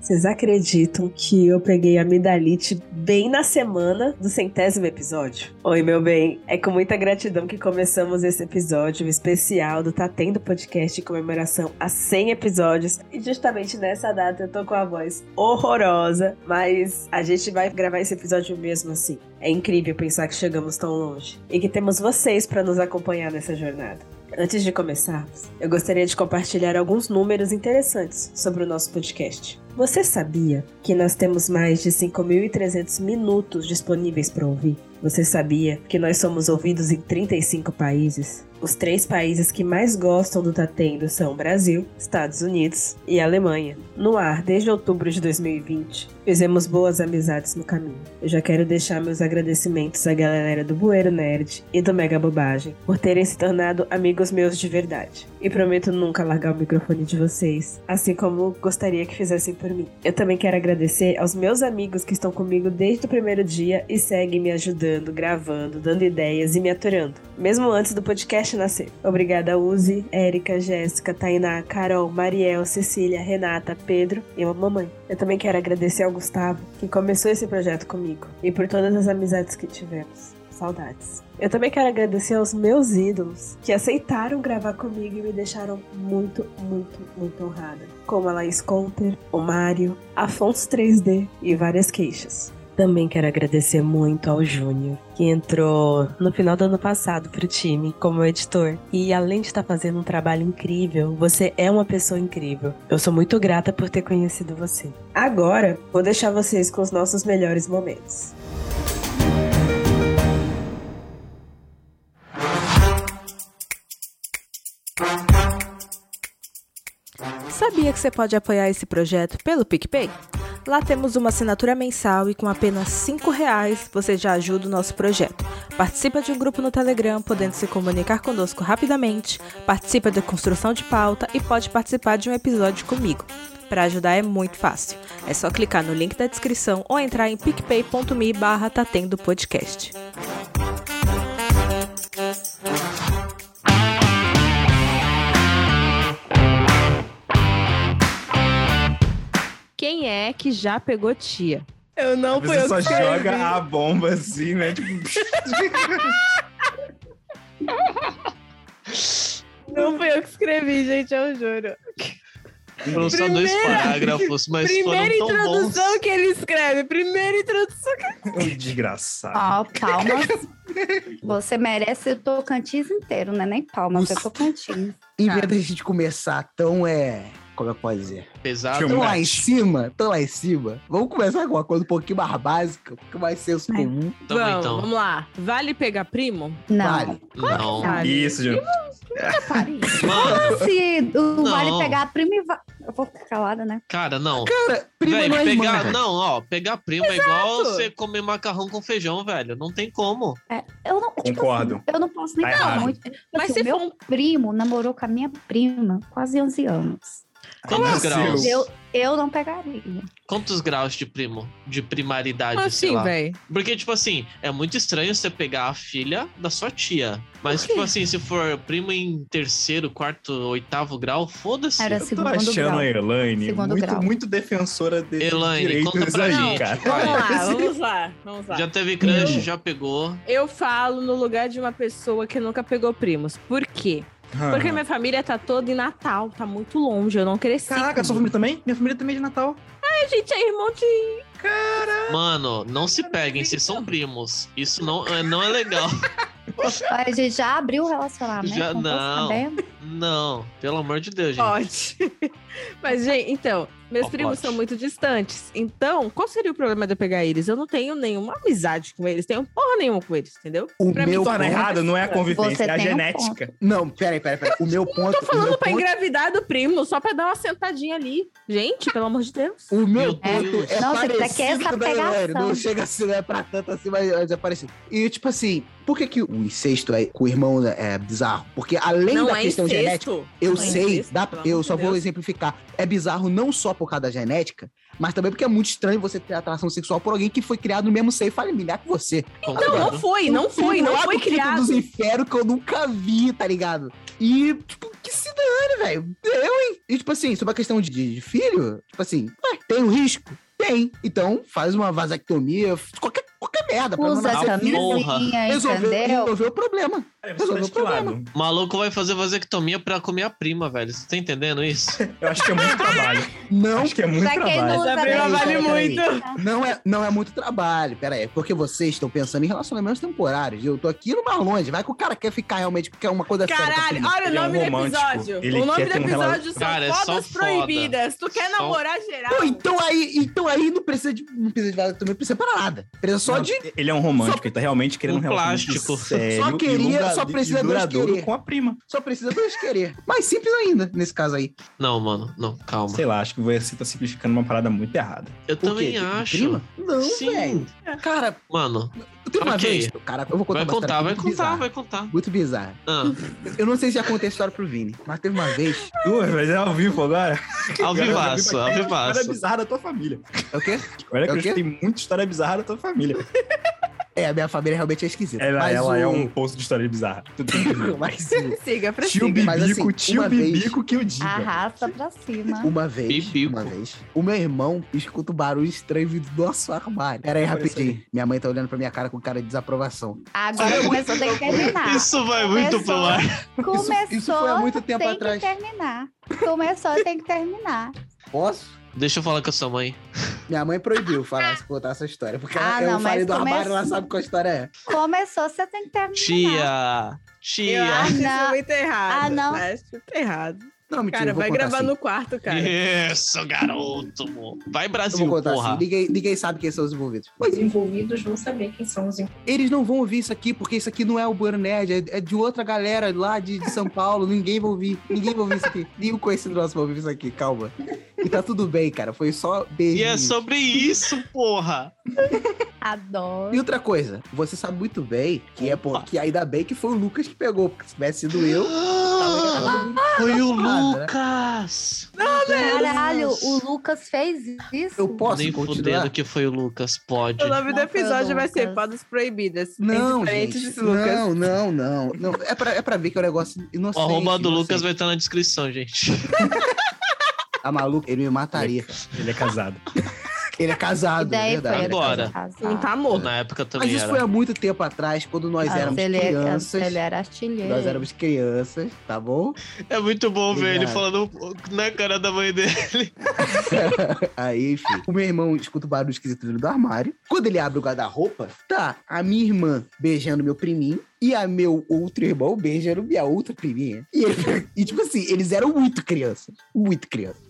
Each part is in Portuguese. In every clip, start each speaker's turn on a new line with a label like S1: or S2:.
S1: Vocês acreditam que eu peguei amidalite bem na semana do centésimo episódio? Oi, meu bem. É com muita gratidão que começamos esse episódio especial do Tá Tendo Podcast em comemoração a 100 episódios. E justamente nessa data eu tô com a voz horrorosa, mas a gente vai gravar esse episódio mesmo assim. É incrível pensar que chegamos tão longe e que temos vocês para nos acompanhar nessa jornada. Antes de começarmos, eu gostaria de compartilhar alguns números interessantes sobre o nosso podcast. Você sabia que nós temos mais de 5.300 minutos disponíveis para ouvir? Você sabia que nós somos ouvidos em 35 países? Os três países que mais gostam do Tatendo são Brasil, Estados Unidos e Alemanha. No ar, desde outubro de 2020, fizemos boas amizades no caminho. Eu já quero deixar meus agradecimentos à galera do Bueiro Nerd e do Mega Bobagem por terem se tornado amigos meus de verdade. E prometo nunca largar o microfone de vocês, assim como gostaria que fizessem por mim. Eu também quero agradecer aos meus amigos que estão comigo desde o primeiro dia e seguem me ajudando, gravando, dando ideias e me aturando, mesmo antes do podcast nascer. Obrigada, Uzi, Érica, Jéssica, Tainá, Carol, Mariel, Cecília, Renata, Pedro e a mamãe. Eu também quero agradecer ao Gustavo, que começou esse projeto comigo, e por todas as amizades que tivemos. Saudades. Eu também quero agradecer aos meus ídolos que aceitaram gravar comigo e me deixaram muito, muito, muito honrada. Como a Laís Conter, o Mário, Afonso 3D e várias queixas. Também quero agradecer muito ao Júnior, que entrou no final do ano passado para o time como editor. E além de estar fazendo um trabalho incrível, você é uma pessoa incrível. Eu sou muito grata por ter conhecido você. Agora, vou deixar vocês com os nossos melhores momentos.
S2: Sabia que você pode apoiar esse projeto pelo PicPay? Lá temos uma assinatura mensal e com apenas R$ reais você já ajuda o nosso projeto. Participa de um grupo no Telegram, podendo se comunicar conosco rapidamente, participa da construção de pauta e pode participar de um episódio comigo. Para ajudar é muito fácil. É só clicar no link da descrição ou entrar em picpay.me barra tatendo podcast. Quem é que já pegou tia?
S3: Eu não fui
S4: Você
S3: eu
S4: só
S3: que escrevi.
S4: joga a bomba assim, né? Tipo,
S3: Não fui eu que escrevi, gente, eu juro.
S5: Foram só dois
S3: Primeira-
S5: parágrafos, assim, mas
S3: Primeira
S5: foram tão bons.
S3: introdução que ele escreve. É, Primeira introdução que
S4: desgraçado.
S6: Pau, palmas. Você merece o Tocantins inteiro, não é nem palmas, é Tocantins.
S7: Em vez da gente começar tão é. Como eu posso dizer?
S5: Pesado.
S4: Filme.
S7: Tão lá em
S4: Match.
S7: cima, tão lá em cima. Vamos começar com uma coisa um pouquinho mais básica, um pouquinho mais senso comum.
S5: Tamo
S3: Vamos,
S5: então.
S3: vamos lá. Vale pegar primo?
S6: Não,
S7: Vale.
S5: Não.
S6: Vale.
S4: Isso, Júnior.
S6: Paris.
S5: Mano,
S6: Se o
S5: Não.
S6: Vale pegar a prima e va- Eu vou ficar calada, né?
S5: cara, não.
S7: Cara, prima
S5: Velho,
S7: não é irmã,
S5: pegar.
S7: velho.
S5: não, ó. Pegar prima é igual você comer macarrão com feijão, velho. Não tem como.
S6: Eu não, tipo
S4: Concordo.
S6: assim, eu não posso nem
S4: Tá
S6: falar
S4: errado.
S6: muito. Tipo
S3: Mas se
S6: assim, o meu
S3: for um-
S6: primo namorou com a minha prima quase 11 anos.
S3: é
S5: Quantos
S4: Brasil.
S5: graus?
S6: Eu, eu não pegaria.
S5: Quantos graus de primo? De primaridade,
S3: Como
S5: sei
S3: assim,
S5: lá.
S3: velho?
S5: Porque, tipo assim, é muito estranho você pegar a filha da sua tia. Mas, tipo assim, se for primo em terceiro, quarto, oitavo grau, foda-se.
S6: Era
S4: Eu tô
S6: segundo
S4: achando
S6: grau.
S4: a Elaine
S6: Segundo
S4: é muito,
S6: grau.
S4: muito defensora desses
S5: Elaine, conta
S4: direitos
S5: pra
S4: aí,
S5: gente.
S4: cara. Hum.
S5: Vai.
S3: Vamos lá, vamos lá, vamos lá.
S5: Já teve crush, já pegou.
S3: Eu falo no lugar de uma pessoa que nunca pegou primos. Por quê?
S4: Ah.
S3: Porque minha família tá toda em Natal, tá muito longe, eu não cresci.
S4: Caraca,
S3: com
S4: sua família também? Minha família também é de Natal.
S3: isso. A gente é irmão de...
S5: Mano, não se peguem, vocês são primos. Isso não é, não é legal.
S6: Aí A gente já abriu o relacionamento.
S5: Já
S6: tô
S5: não.
S6: sabendo.
S5: Não, pelo amor de Deus, gente.
S3: Pode. Mas, gente, então, meus
S5: Ó,
S3: primos
S5: pode.
S3: são muito distantes. Então, qual seria o problema de eu pegar eles? Eu não tenho nenhuma amizade com eles, tenho porra nenhuma com eles, entendeu?
S7: O
S3: Pra mim,
S7: meu
S4: Torna
S7: ponto...
S4: errado, não é a convivência,
S6: Você
S4: é a
S6: tem um
S4: genética.
S7: Não, peraí, peraí, peraí. O meu ponto.
S3: Tô falando
S7: o meu
S3: pra
S7: ponto...
S3: engravidar do primo, só pra dar uma sentadinha ali. Gente, pelo amor de Deus.
S7: O
S5: Meu
S7: meu ponto
S5: Deus.
S7: é
S6: Nossa,
S7: parecido
S6: daqui é essa
S7: com o da Elaine.
S6: pegação.
S7: Não chega assim, não é pra tanto assim, mas mas é parecido. E, tipo assim, por que, que o incesto é, com o irmão né, é bizarro? Porque além
S3: não
S7: da
S3: é
S7: questão
S3: incesto.
S7: genética, eu
S3: Não é
S7: sei,
S3: incesto,
S7: dá-
S3: pelo amor
S7: eu
S3: de
S7: só vou
S3: Deus.
S7: exemplificar. É bizarro não só por causa da genética, mas também porque é muito estranho você ter atração sexual por alguém que foi criado no mesmo seio familiar que você.
S3: Então,
S7: Tá
S3: Não,
S5: Concordo.
S3: não foi, não foi, não
S7: Lá
S3: foi
S7: é do quinto
S3: criado.
S7: dos infernos que eu nunca vi, tá ligado? E, tipo, que se dane, velho. Eu, hein? E, tipo assim, sobre a questão de, de filho, tipo assim, ué, Tem o risco? Tem. Então faz uma vasectomia, qualquer, qualquer merda. pra
S6: Usa
S7: mandar
S6: a
S7: seu filho
S6: camisinha,
S7: resolver,
S6: entendeu?
S7: resolver o problema.
S4: Cara,
S7: você tá de que lado?
S5: O maluco vai fazer vasectomia pra comer a prima, velho. Você tá entendendo isso?
S4: Eu acho que é muito trabalho.
S7: Não,
S4: acho que é muito
S6: Pra quem não
S4: trabalho.
S6: usa
S3: Essa prima
S6: nem
S3: vale
S6: isso.
S3: muito.
S7: não é, não é muito trabalho. Pera aí, porque vocês estão pensando em relacionamentos temporários. Eu tô aqui no mais longe. Vai que o cara quer ficar realmente, quer uma coisa séria. com a
S3: Caralho,
S7: prima.
S3: olha o
S4: Ele é um
S3: nome do
S4: romântico.
S3: episódio.
S4: Ele
S3: o nome
S4: quer
S3: do
S4: ter um rela-
S3: episódio são
S5: Cara, é só
S3: fodas
S5: foda.
S3: proibidas. Tu quer
S5: Só-
S3: namorar geral?
S7: Pô, então aí, então aí não precisa de. Não precisa de nada também, não precisa para nada. Precisa só
S4: Não,
S7: de.
S4: Ele é um romântico, ele tá realmente querendo
S5: Um
S4: um relacionamento
S5: plástico.
S4: sério
S7: Só queria-
S4: e um dura-
S7: só
S4: e
S7: precisa dos
S4: duradouro
S7: querer.
S4: com a prima.
S7: Só precisa dois querer. Mais simples ainda, nesse caso aí.
S5: Não, mano, não, calma.
S4: Sei lá, acho que você tá simplificando uma parada muito errada.
S5: Eu
S7: O
S5: também
S7: quê?
S5: acho.
S7: Prima? Não,
S5: Sim.
S7: velho. Cara,
S5: Mano,
S7: eu tenho uma
S5: Ok.
S7: vez. Cara, eu vou contar
S5: vai
S7: uma
S5: contar, vai
S7: história muito
S5: contar,
S7: bizarra.
S5: vai contar.
S7: Muito bizarro.
S5: Ah,
S7: Eu não sei se já contei a história pro Vini, mas teve uma vez.
S4: Duas, mas é ao vivo agora.
S5: ao vivaço, ao
S4: História
S5: vivaço.
S4: bizarra da tua família.
S7: É o quê?
S4: Olha que
S7: É o
S4: eu
S7: quê?
S4: já tem muita história bizarra da tua família.
S7: É, a minha família realmente é esquisita.
S4: Ela,
S7: mas
S4: ela
S7: o...
S4: é um poço de história bizarra. Tudo bem.
S7: mas o-
S3: Siga,
S4: Tio
S3: prossiga.
S7: Mas, assim,
S4: Bibico, tio
S7: uma vez- Ah,
S4: Bibico que eu diga.
S6: Arrasta pra cima.
S7: Uma vez,
S5: Bibico.
S7: uma vez, o meu irmão escuta um barulho estranho vindo do nosso armário. Pera aí,
S4: Olha isso aí.
S7: rapidinho. Minha mãe tá olhando pra minha cara com cara de desaprovação.
S6: Agora começou a ter que terminar.
S5: é Isso vai muito pro ar.
S7: Isso,
S6: Começou,
S7: isso foi há muito tempo
S6: É tem
S7: atrás.
S6: que terminar. Começou, tem que terminar.
S7: Posso?
S5: Deixa eu falar com a sua mãe.
S7: Minha mãe proibiu falar, contar essa história. Porque
S6: Ah,
S7: ela, eu
S6: não, mas
S7: falei do
S6: começa-
S7: armário, ela sabe qual a história é.
S6: Começou, você tem que terminar.
S5: Tia!
S3: Eu
S5: Tia!
S3: acho
S6: não.
S3: isso muito errado.
S6: Ah, não.
S3: Acho muito errado.
S7: Não, mentira,
S3: Cara,
S7: eu vou
S3: vai
S7: contar
S3: gravar
S7: assim.
S3: no quarto, cara.
S5: Isso, garoto! Vai,
S7: é. Eu
S5: Brasil,
S7: vou contar
S5: porra!
S7: assim. Ninguém, ninguém sabe quem são os envolvidos.
S8: Os envolvidos vão saber quem são os envolvidos.
S7: Eles não vão ouvir isso aqui, porque isso aqui não é o Bueno Nerd, é, é de outra galera lá de, de São Paulo. Ninguém vai ouvir. Ninguém vai ouvir isso aqui. Nenhum conhecido nosso vai ouvir isso aqui, calma. E tá tudo bem, cara. Foi só beijo.
S5: E é sobre isso, porra!
S6: Adoro.
S7: E outra coisa, você sabe muito bem que é
S5: Opa.
S7: porque ainda bem que foi o Lucas que pegou, porque se tivesse sido eu,
S5: Ah,
S7: tava
S5: Foi o
S7: Nada, né?
S5: Lucas!
S3: é
S6: Caralho, o Lucas fez isso.
S7: eu posso
S5: Nem
S7: continuar.
S5: fudendo que foi o Lucas, pode.
S3: O nome do
S6: Não foi o
S3: episódio vai ser
S6: Lucas.
S3: Fodas Proibidas.
S7: Não,
S3: Indiferente
S7: gente,
S3: de Lucas.
S7: não, não, não, não. É pra, é pra ver que é um negócio inocente.
S5: O arroba do
S7: inocente.
S5: Lucas vai estar na descrição, gente.
S7: A maluca, Tá ele me mataria.
S4: Ele é casado.
S7: Ele é
S6: E
S7: casado, é
S6: daí
S7: verdade.
S6: foi né?
S7: ele é
S5: Agora.
S7: casado.
S6: casado.
S3: Não tá morto.
S5: Na época
S7: Mas
S5: também
S7: isso
S5: era.
S7: foi há muito tempo atrás, quando nós
S6: Antes
S7: éramos
S6: Ah, ele, antes
S7: crianças.
S6: ele era artilheiro.
S7: Nós éramos crianças, tá bom?
S5: É muito bom ver ele
S7: Obrigado.
S5: falando na cara da mãe dele.
S7: Aí, enfim, o meu irmão escuta o barulho esquisito dentro do armário. Quando ele abre o guarda-roupa, tá a minha irmã beijando meu priminho e a meu outro irmão beijando minha outra priminha. E, ele- e, tipo assim, eles eram muito crianças. Muito crianças.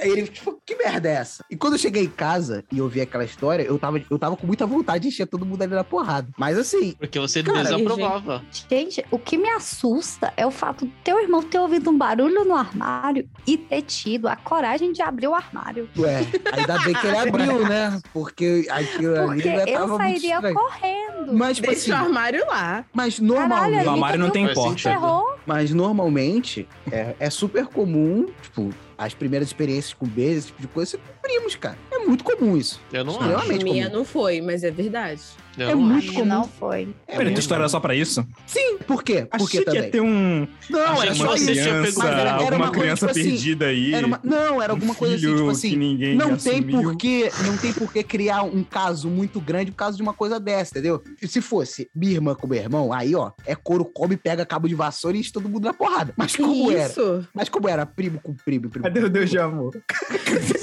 S7: Aí ele, tipo, que merda é essa? E quando eu cheguei em casa e ouvi aquela história, eu tava, eu tava com muita vontade de encher todo mundo ali na porrada. Mas assim,
S5: Porque você
S7: Cara,
S5: desaprovava.
S6: Gente, o que me assusta é o fato do teu irmão ter ouvido um barulho no armário e ter tido a coragem de abrir o armário.
S7: ué, é, ainda bem que ele abriu, né? Porque aquilo ali
S6: Porque
S7: já tava
S6: eu
S7: muito
S6: sairia
S7: estranho.
S6: correndo.
S7: Mas, tipo
S3: Deixa o
S7: assim,
S3: armário lá.
S7: mas
S6: Caralho,
S7: normalmente.
S6: ali
S4: O armário não
S6: tu
S4: tem
S6: viu
S4: porta.
S6: Ferrou.
S7: Mas normalmente é, é super comum, tipo, as primeiras experiências com beijo, esse tipo de coisa, com primos, cara. É muito comum isso.
S5: Eu não acho.
S7: Extremamente
S3: Minha
S7: comum.
S3: não foi, mas é verdade.
S5: Eu
S7: É
S5: não
S7: muito
S5: acho.
S7: comum.
S6: Não foi.
S7: É
S4: Peraí,
S7: muito
S4: tua história era
S7: comum.
S4: só pra isso?
S7: Sim, por quê? Por
S4: Achei
S7: quê
S4: que ia
S7: também?
S4: ter um...
S7: Não,
S5: Achei
S7: era
S5: que
S7: só
S5: você
S7: isso.
S5: tinha pegado
S4: criança,
S7: Mas era- era
S4: alguma
S7: uma coisa,
S4: criança
S7: tipo assim,
S4: perdida aí.
S7: Era uma- Não, era alguma
S4: um
S7: coisa assim,
S4: filho
S7: tipo
S4: que
S7: assim.
S4: ninguém
S7: Não tem
S4: assumiu.
S7: porquê, não tem porquê criar um caso muito grande por causa de uma coisa dessa, entendeu? Se fosse minha irmã com meu irmão, aí ó, é couro come, pega cabo de vassoura e enche todo mundo na porrada. Mas
S3: Que
S7: como era?
S3: isso?
S7: Mas como era primo com primo, primo
S4: Cadê o Deus de amor?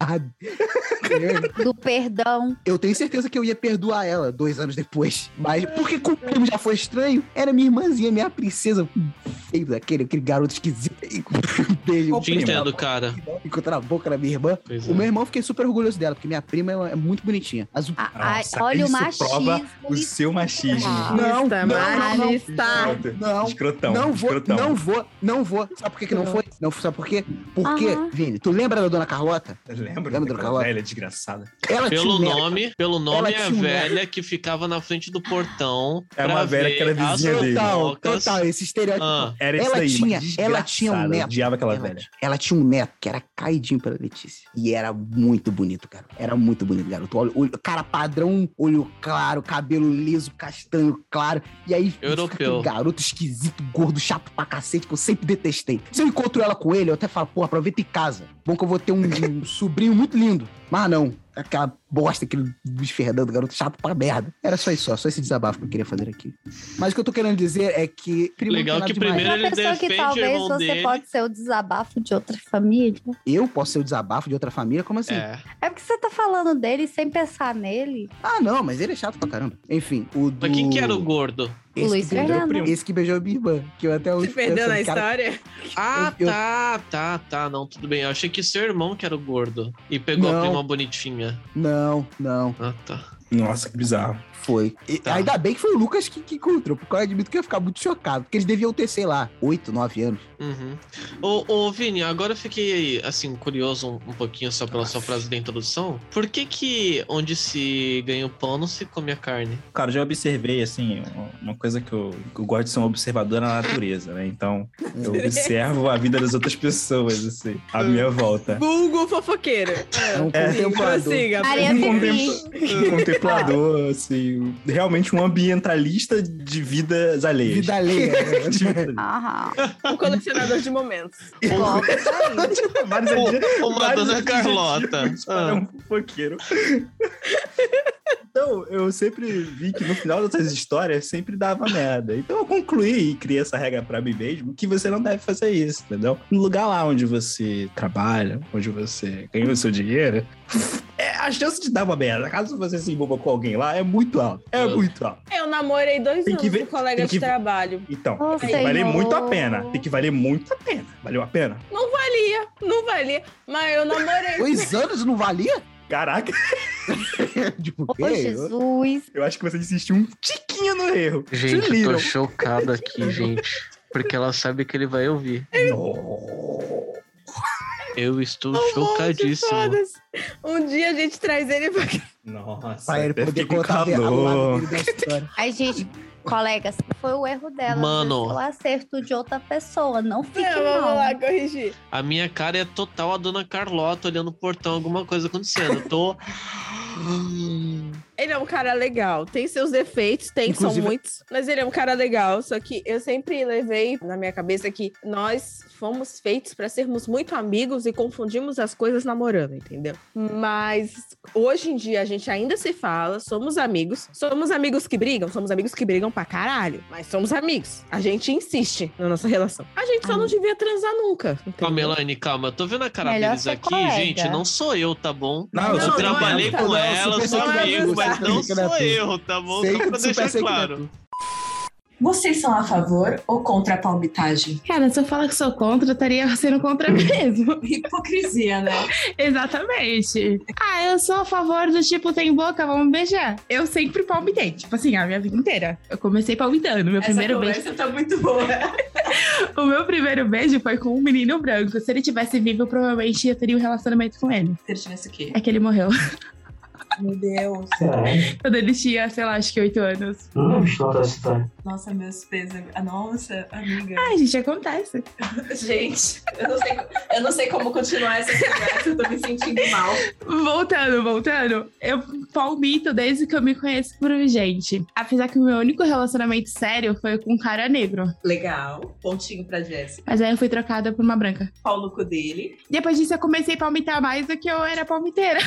S7: Ah,
S6: Do perdão.
S7: eu tenho certeza que eu ia perdoar ela dois anos depois. Mas porque com o primo já foi estranho, era minha irmãzinha, minha princesa feio daquele, aquele garoto esquisito aí. com um Beijo.
S4: Qual
S5: Te
S4: primo?
S5: entendo, cara.
S7: Encontrar a boca da minha irmã.
S5: Pois é.
S7: O meu irmão, eu fiquei super orgulhoso dela, porque minha prima ela é muito bonitinha. Mas o-
S6: A- a-
S4: Nossa,
S6: olha o
S4: isso
S6: machismo.
S4: prova O
S6: e
S4: seu machismo.
S6: Ah,
S7: Não,
S3: Está
S7: não, não, não.
S3: malista.
S7: Não,
S4: Escrotão.
S7: não vou,
S4: escrotão.
S7: não vou, não vou. Sabe por que, que não foi? Não, sabe por quê? Porque,
S6: Aham.
S7: Vini, tu lembra da dona Carlota?
S4: Lembra?
S7: Lembra do
S4: daquela
S7: Carlota?
S4: velha desgraçada.
S7: Ela
S5: Pelo
S7: tinha um-
S5: nome, pelo
S7: Ela
S5: nome é
S7: tinha
S5: a
S7: um
S5: velha que ficava na frente do portão.
S4: É uma
S5: pra
S4: velha que era
S5: ver as
S4: vizinha dele.
S7: Total,
S5: fofocas.
S7: total, esse estereótipo.
S5: Ah,
S4: Era
S7: Ela
S4: isso aí,
S7: tinha-
S4: mas
S7: ela tinha um
S4: desgraçada, eu
S7: neto.
S4: Odiava aquela
S7: ela,
S4: velha.
S7: ela tinha um neto que era caidinho pela Letícia. E era muito bonito, cara. Era muito bonito, garoto. Olho, olho- cara padrão, olho claro, cabelo liso, castanho claro. E aí, fica
S5: Europeu.
S7: aquele garoto esquisito, gordo, chato pra cacete, que eu sempre detestei. Se eu encontro ela com ele, eu até falo, porra, aproveita e casa. Bom que eu vou ter um, um sobrinho muito lindo. Mas não. Aquela bosta, aquele bicho Fernando, garoto chato pra merda. Era só isso, só, só esse desabafo que eu queria fazer aqui. Mas o que eu tô querendo dizer é que. primo não
S5: Legal
S7: tem nada
S5: que
S7: demais.
S5: primeiro
S6: Uma
S5: ele
S6: pessoa Então, que
S5: defende o
S6: talvez
S5: irmão
S6: você
S5: dele.
S6: pode ser o desabafo de outra família.
S7: Eu posso ser o desabafo de outra família? Como assim?
S5: É.
S6: É porque você tá falando dele sem pensar nele.
S7: Ah, não, mas ele é chato pra caramba. Enfim, o do...
S5: Mas quem que era o gordo?
S7: Esse
S6: Luiz
S7: que beijou,
S6: Fernando.
S4: primo.
S7: Esse que beijou a minha irmã, que eu até hoje...
S3: Você perdeu
S7: penso,
S3: na
S7: cara,
S3: história?
S5: Ah,
S7: Eu- eu-
S5: tá, tá, tá. Não, tudo bem. Eu achei que seu irmão que era o gordo. E pegou
S7: Não.
S5: a prima bonitinha.
S7: Não, não,
S5: Ah, tá.
S4: Nossa, que bizarro.
S7: foi. E-
S5: Tá.
S7: Ainda bem que foi o Lucas que, que encontrou, porque eu admito que eu ia ficar muito chocado, porque eles deviam ter, sei lá, oito, nove anos.
S5: Uhum. Ô, ô, Vini, agora eu fiquei, assim, curioso um, um pouquinho só pela sua frase da introdução. Por que que onde se ganha o pão não se come a carne?
S4: Cara, eu já observei, assim, uma coisa que eu, que eu gosto de ser um observador na natureza, né? Então, eu observo a vida das outras pessoas, assim, à minha volta.
S3: Vulgo fofoqueiro.
S7: É um
S4: É.
S7: contemplador.
S3: Prossiga.
S6: Maria
S4: Um
S6: Vivi.
S4: contempla- contemplador, assim, realmente um ambientalista de vidas alheias. Ah.
S7: Vida alheia. né?
S4: De vida-
S6: Aham. né?
S3: Um colecionador de momentos.
S6: Logo daí.
S4: Tipo, Vários
S5: Ô,
S4: adi-
S5: Uma
S4: vários
S5: dona
S4: adjetivos
S5: Carlota. Ah.
S4: para um fofoqueiro. Então, eu sempre vi que no final dessas histórias sempre dava merda. Então eu concluí e criei essa regra pra mim mesmo que você não deve fazer isso, entendeu? No lugar lá onde você trabalha, onde você ganhou o seu dinheiro, é, a chance de dar uma merda, caso você se envolva com alguém lá, é muito alta. É muito alta.
S3: Eu namorei dois
S4: Tem que
S3: anos
S4: ver-
S3: com um colega
S4: tem que
S3: de
S4: ver-
S3: trabalho.
S4: Então,
S6: Oh,
S4: tem que valer
S6: senhor.
S4: muito a pena. Tem que valer muito a pena. Valeu a pena?
S3: Não valia, não valia. Mas eu namorei.
S7: Dois anos não valia?
S4: Caraca, é
S7: tipo,
S3: Oh,
S6: Ô,
S7: ei,
S6: Jesus.
S4: eu acho que você insistiu um tiquinho no erro. um
S5: Gente,
S4: Little.
S5: tô chocado aqui, gente. Porque ela sabe que ele vai ouvir.
S4: Nossa.
S5: Eu estou
S3: Não vou,
S5: chocadíssimo.
S3: foda-se. Um dia a gente traz ele pra
S4: Nossa,
S7: Pra ele
S4: até
S7: poder
S4: fiquei com
S7: contar a- o lado
S4: calor.
S7: dele da história.
S6: Ai, gente, colegas, foi o erro dela.
S5: Mano.
S6: Foi o acerto de outra pessoa. Não fique
S3: Não, vamos
S6: mal.
S3: lá corrigir.
S5: A minha cara é total a dona Carlota olhando o portão, alguma coisa acontecendo. Eu tô.
S3: Ele é um cara legal. Tem seus defeitos, tem, são
S7: Inclusive-
S3: muitos. Mas ele é um cara legal. Só que eu sempre levei na minha cabeça que nós fomos feitos para sermos muito amigos e confundimos as coisas namorando, entendeu? Mas hoje em dia a gente ainda se fala, somos amigos. Somos amigos que brigam, somos amigos que brigam pra caralho. Mas somos amigos. A gente insiste na nossa relação. A gente só não devia transar nunca. entendeu?
S5: Calma, Elaine, calma. Eu tô vendo a cara
S6: Melhor
S5: deles
S6: ser
S5: aqui,
S6: colega.
S5: gente. Não sou eu, tá bom?
S4: Não, eu
S3: Não,
S4: super
S5: Trabalhei
S4: entendo.
S3: tá,
S5: com
S3: não,
S5: ela,
S7: super
S5: sou
S3: sei que não é
S5: amigo,
S3: tu,
S5: mas
S7: super
S5: não
S7: sei que não é
S5: sou
S7: tu.
S5: eu, tá bom?
S7: Sei
S5: Só pra
S7: que- super
S5: deixar
S7: sei que não é
S5: claro.
S9: Vocês são a favor ou contra a palmitagem?
S10: Cara, se eu falar que sou contra, eu estaria sendo contra mesmo.
S9: Hipocrisia, né?
S10: Exatamente. Ah, eu sou a favor do tipo, tem boca, vamos beijar. Eu sempre palmitei, tipo assim, a minha vida inteira. Eu comecei palmitando. Meu primeiro beijo.
S9: tá muito boa. tá-
S10: O meu primeiro beijo foi com um menino branco. Se ele tivesse vivo, eu provavelmente eu teria um relacionamento com ele.
S9: Se ele tivesse o quê?
S10: É que ele morreu.
S9: Meu Deus.
S11: É,
S10: Quando ele tinha, sei lá, acho que oito anos.
S9: Uhum.
S11: tá
S9: Nossa, meus pesos. Ah, Nossa, amiga.
S10: Ai, gente, acontece.
S9: Gente, eu não, sei, co- eu não sei como continuar essa conversa. Eu tô me sentindo mal.
S10: Voltando, voltando. Eu palmito desde que eu me conheço por gente. Apesar que o meu único relacionamento sério foi com um cara negro.
S9: Legal. Pontinho pra Jéssica.
S10: Mas aí eu fui trocada por uma branca.
S9: Pau no cu dele.
S10: Depois disso, eu comecei a palmitar mais do que eu era palmiteira.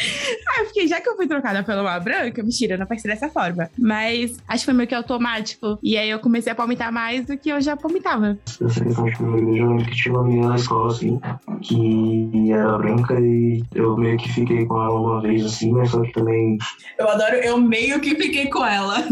S10: Aí eu fiquei, já que eu fui trocada pela uma branca, mentira, eu não pensei dessa forma. Mas acho que foi meio que automático. E aí eu comecei a palmitar mais do que eu já palmitava.
S11: Eu sei então, tipo, eu lembro que tinha uma menina na escola, assim, que era branca e eu meio que fiquei com ela uma vez, assim, mas só que também
S9: Eu adoro, eu meio que fiquei com ela.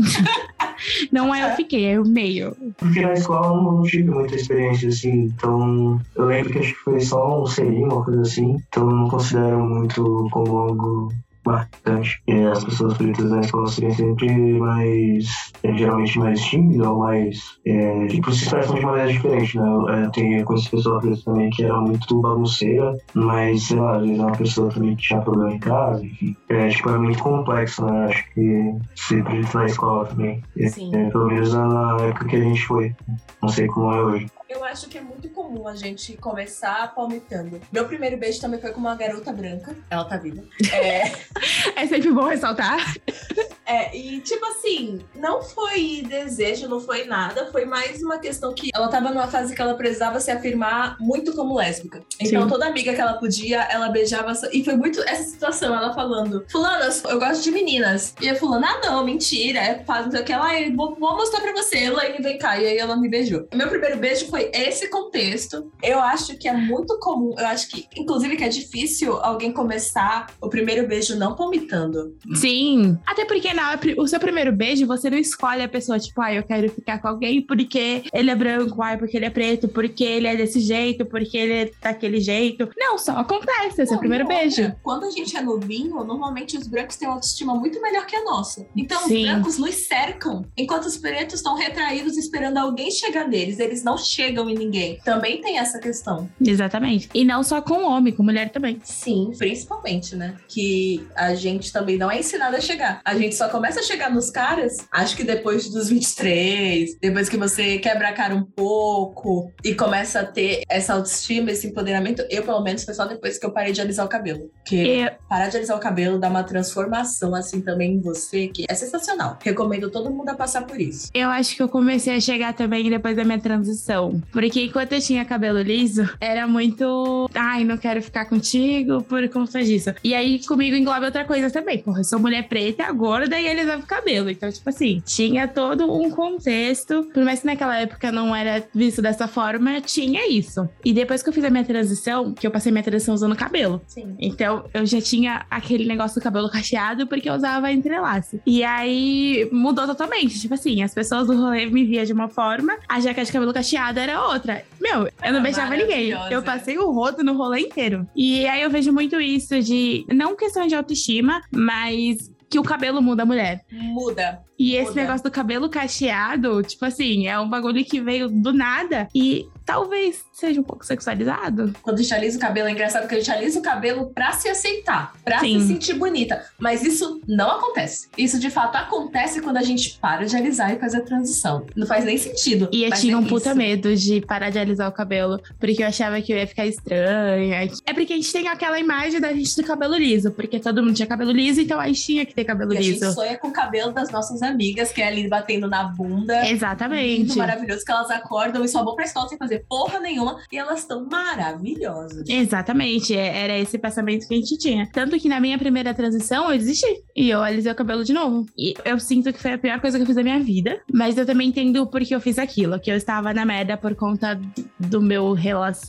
S10: Não aí eu
S9: É.
S10: fiquei, aí eu meio.
S11: Porque na escola eu não tive muita experiência, assim, então eu lembro que acho que foi só um selinho, uma coisa assim, então eu não considero muito como algo marcante. É, as pessoas pretas na escola serem é sempre mais, é, geralmente mais tímidas ou mais, é, tipo, se expressam de maneira diferente, né? Eu, é, tem, eu conheci pessoa preta também que era muito bagunceira, mas, sei lá, às vezes é uma pessoa também que tinha problema em casa, enfim. É, tipo, é muito complexo, né? Acho que ser preto na escola também. É,
S10: Sim.
S11: é, pelo menos na na época que a gente foi. Não sei como é hoje.
S9: Eu acho acho que é muito comum a gente começar palmitando. Meu primeiro beijo também foi com uma garota branca. Ela tá viva.
S10: É... é sempre bom ressaltar.
S9: É, e tipo assim, não foi desejo, não foi nada, foi mais uma questão que ela tava numa fase que ela precisava se afirmar muito como lésbica. Então
S10: Sim.
S9: toda amiga que ela podia, ela beijava. só- E foi muito essa situação, ela falando: Fulanas, eu gosto de meninas. E a Fulana, ah não, mentira, é faz não sei o que. Ela, "Ai, vou, vou mostrar pra você, Elaine, vem cá. E aí ela me beijou. Meu primeiro beijo foi esse contexto. Eu acho que é muito comum, eu acho que, inclusive, que é difícil alguém começar o primeiro beijo não vomitando.
S10: Sim. Até porque na, o seu primeiro beijo, você não escolhe a pessoa, tipo, ah, eu quero ficar com alguém porque ele é branco, ai, porque ele é preto, porque ele é desse jeito, porque ele é daquele jeito. Não, só acontece, é seu
S9: Não,
S10: primeiro
S9: e outra,
S10: beijo.
S9: Quando a gente é novinho, normalmente os brancos têm uma autoestima muito melhor que a nossa. Então
S10: Sim.
S9: os brancos nos cercam, enquanto os pretos estão retraídos esperando alguém chegar neles. Eles não chegam em ninguém. Também tem essa questão.
S10: Exatamente. E não só com homem, com mulher também.
S9: Sim, principalmente, né? Que a gente também não é ensinado a chegar. A gente só começa a chegar nos caras, acho que depois dos 23, depois que você quebra a cara um pouco e começa a ter essa autoestima, esse empoderamento. Eu, pelo menos, foi só depois que eu parei de alisar o cabelo. Que
S10: Eu-
S9: parar de alisar o cabelo dá uma transformação, assim, também em você, que é sensacional. Recomendo todo mundo a passar por isso.
S10: Eu acho que eu comecei a chegar também depois da minha transição. Porque enquanto eu tinha cabelo liso, era muito. Ai, não quero ficar contigo por conta disso. E aí comigo engloba outra coisa também. Porra, eu sou mulher preta, gorda e eles o cabelo. Então, tipo assim, tinha todo um contexto. Por mais que naquela época não era visto dessa forma, tinha isso. E depois que eu fiz a minha transição, que eu passei minha transição usando cabelo.
S9: Sim.
S10: Então eu já tinha aquele negócio do cabelo cacheado porque eu usava entrelaço. E aí mudou totalmente. Tipo assim, as pessoas do rolê me via de uma forma, a jaqueta de cabelo cacheado era outra. Meu, eu não beijava ninguém.
S9: maravilhosa.
S10: Eu passei o rodo no rolê inteiro. E aí eu vejo muito isso de. Não questão de autoestima, mas que o cabelo muda a mulher.
S9: Muda.
S10: E esse
S9: Muda.
S10: negócio do cabelo cacheado, tipo assim, é um bagulho que veio do nada e talvez seja um pouco sexualizado.
S9: Quando a gente alisa o cabelo, é engraçado que a gente alisa o cabelo pra se aceitar, pra se
S10: Sim.
S9: sentir bonita. Mas isso não acontece. Isso de fato acontece quando a gente para de alisar e faz a transição. Não faz nem sentido.
S10: E eu
S9: mas
S10: tinha
S9: é
S10: um puta
S9: isso.
S10: medo de parar de alisar o cabelo, porque eu achava que eu ia ficar estranha. É porque a gente tem aquela imagem da gente do cabelo liso, porque todo mundo tinha cabelo liso, então a gente tinha que ter cabelo
S9: E a gente
S10: liso.
S9: sonha com o cabelo das nossas amigas, que é ali batendo na bunda.
S10: Exatamente.
S9: Muito maravilhoso que elas acordam e só vão pra escola sem fazer porra nenhuma. E elas estão maravilhosas.
S10: Exatamente, é- era esse pensamento que a gente tinha. Tanto que na minha primeira transição eu desisti e eu alisei o cabelo de novo. E eu sinto que foi a pior coisa que eu fiz da minha vida, mas eu também entendo o porquê eu fiz aquilo, que eu estava na merda por conta do meu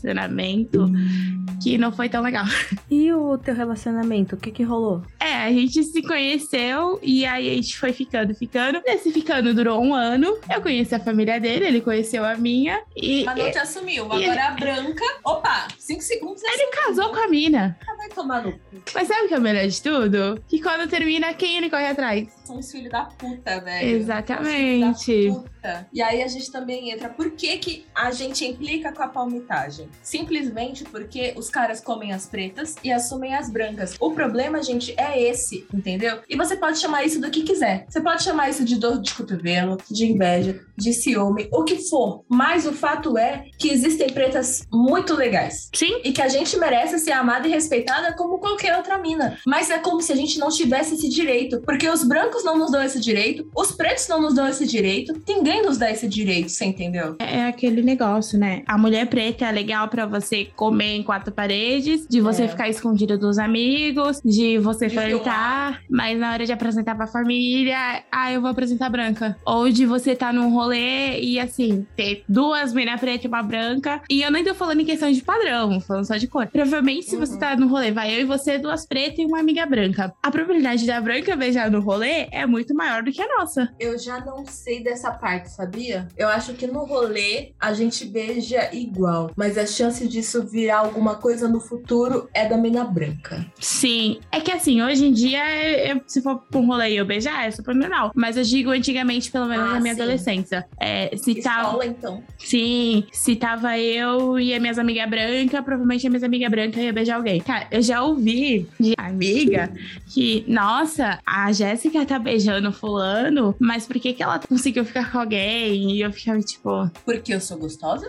S10: relacionamento,
S2: Hum.
S10: que não foi tão legal.
S2: E o teu relacionamento, o que que rolou?
S10: É, a gente se conheceu e aí a gente foi ficando, ficando. Esse ficando durou um ano. Eu conheci a família dele, ele conheceu a minha. E
S9: Mas não te assumiu.
S10: e-
S9: Agora a branca. Opa, cinco segundos é
S10: ele casou com a mina.
S9: Ah, vai tomar no cu.
S10: Mas sabe o que é o melhor de tudo? Que quando termina, quem ele corre atrás?
S9: São os filhos da puta, velho.
S10: Exatamente.
S9: Puta. E aí a gente também entra. Por que, que a gente implica com a palmitagem? Simplesmente porque os caras comem as pretas e assumem as brancas. O problema, gente, é esse, entendeu? E você pode chamar isso do que quiser. Você pode chamar isso de dor de cotovelo, de inveja, de ciúme, o que for. Mas o fato é que existem pretas muito legais.
S10: Sim.
S9: E que a gente merece ser amada e respeitada como qualquer outra mina. Mas é como se a gente não tivesse esse direito. Porque os brancos não nos dão esse direito, os pretos não nos dão esse direito, ninguém nos dá esse direito, você entendeu?
S10: É é aquele negócio, né? A mulher preta é legal pra você comer em quatro paredes, de você
S9: É.
S10: ficar escondida dos amigos, de você
S9: De
S10: flertar, mas na hora de apresentar pra família, ah, eu vou apresentar branca. Ou de você tá num rolê e assim, ter duas meninas pretas e uma branca. E eu nem tô falando em questão de padrão, falando só de cor. Provavelmente, se
S9: Uhum.
S10: você tá no rolê, vai eu e você, duas pretas e uma amiga branca. A probabilidade da branca beijar no rolê é muito maior do que a nossa.
S9: Eu já não sei dessa parte, sabia? Eu acho que no rolê a gente beija igual, mas a chance disso virar alguma coisa no futuro é da mina branca.
S10: Sim, é que assim, hoje em dia, é- é- se for pra um rolê e eu beijar, é super normal. Mas eu digo antigamente, pelo menos
S9: Ah,
S10: na minha
S9: sim.
S10: adolescência. É, se tava.
S9: Escola, então.
S10: Sim, se tava eu e as minhas amigas brancas, provavelmente a minha amiga branca ia beijar alguém. Cara, eu já ouvi de amiga que, nossa, a Jéssica tá beijando fulano, mas por que, que ela conseguiu ficar com alguém? E eu ficava tipo.
S9: Porque eu sou gostosa?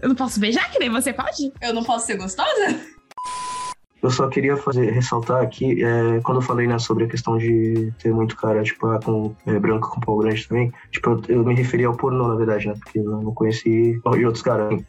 S10: Eu não posso beijar, que nem você pode?
S9: Eu não posso ser gostosa?
S11: Eu só queria fazer, ressaltar aqui, é, quando eu falei né, sobre a questão de ter muito cara, tipo, ah, com, é, branco com pau grande também, tipo, eu, eu me referi ao pornô, na verdade, né? Porque eu não conheci de outros caras. assim.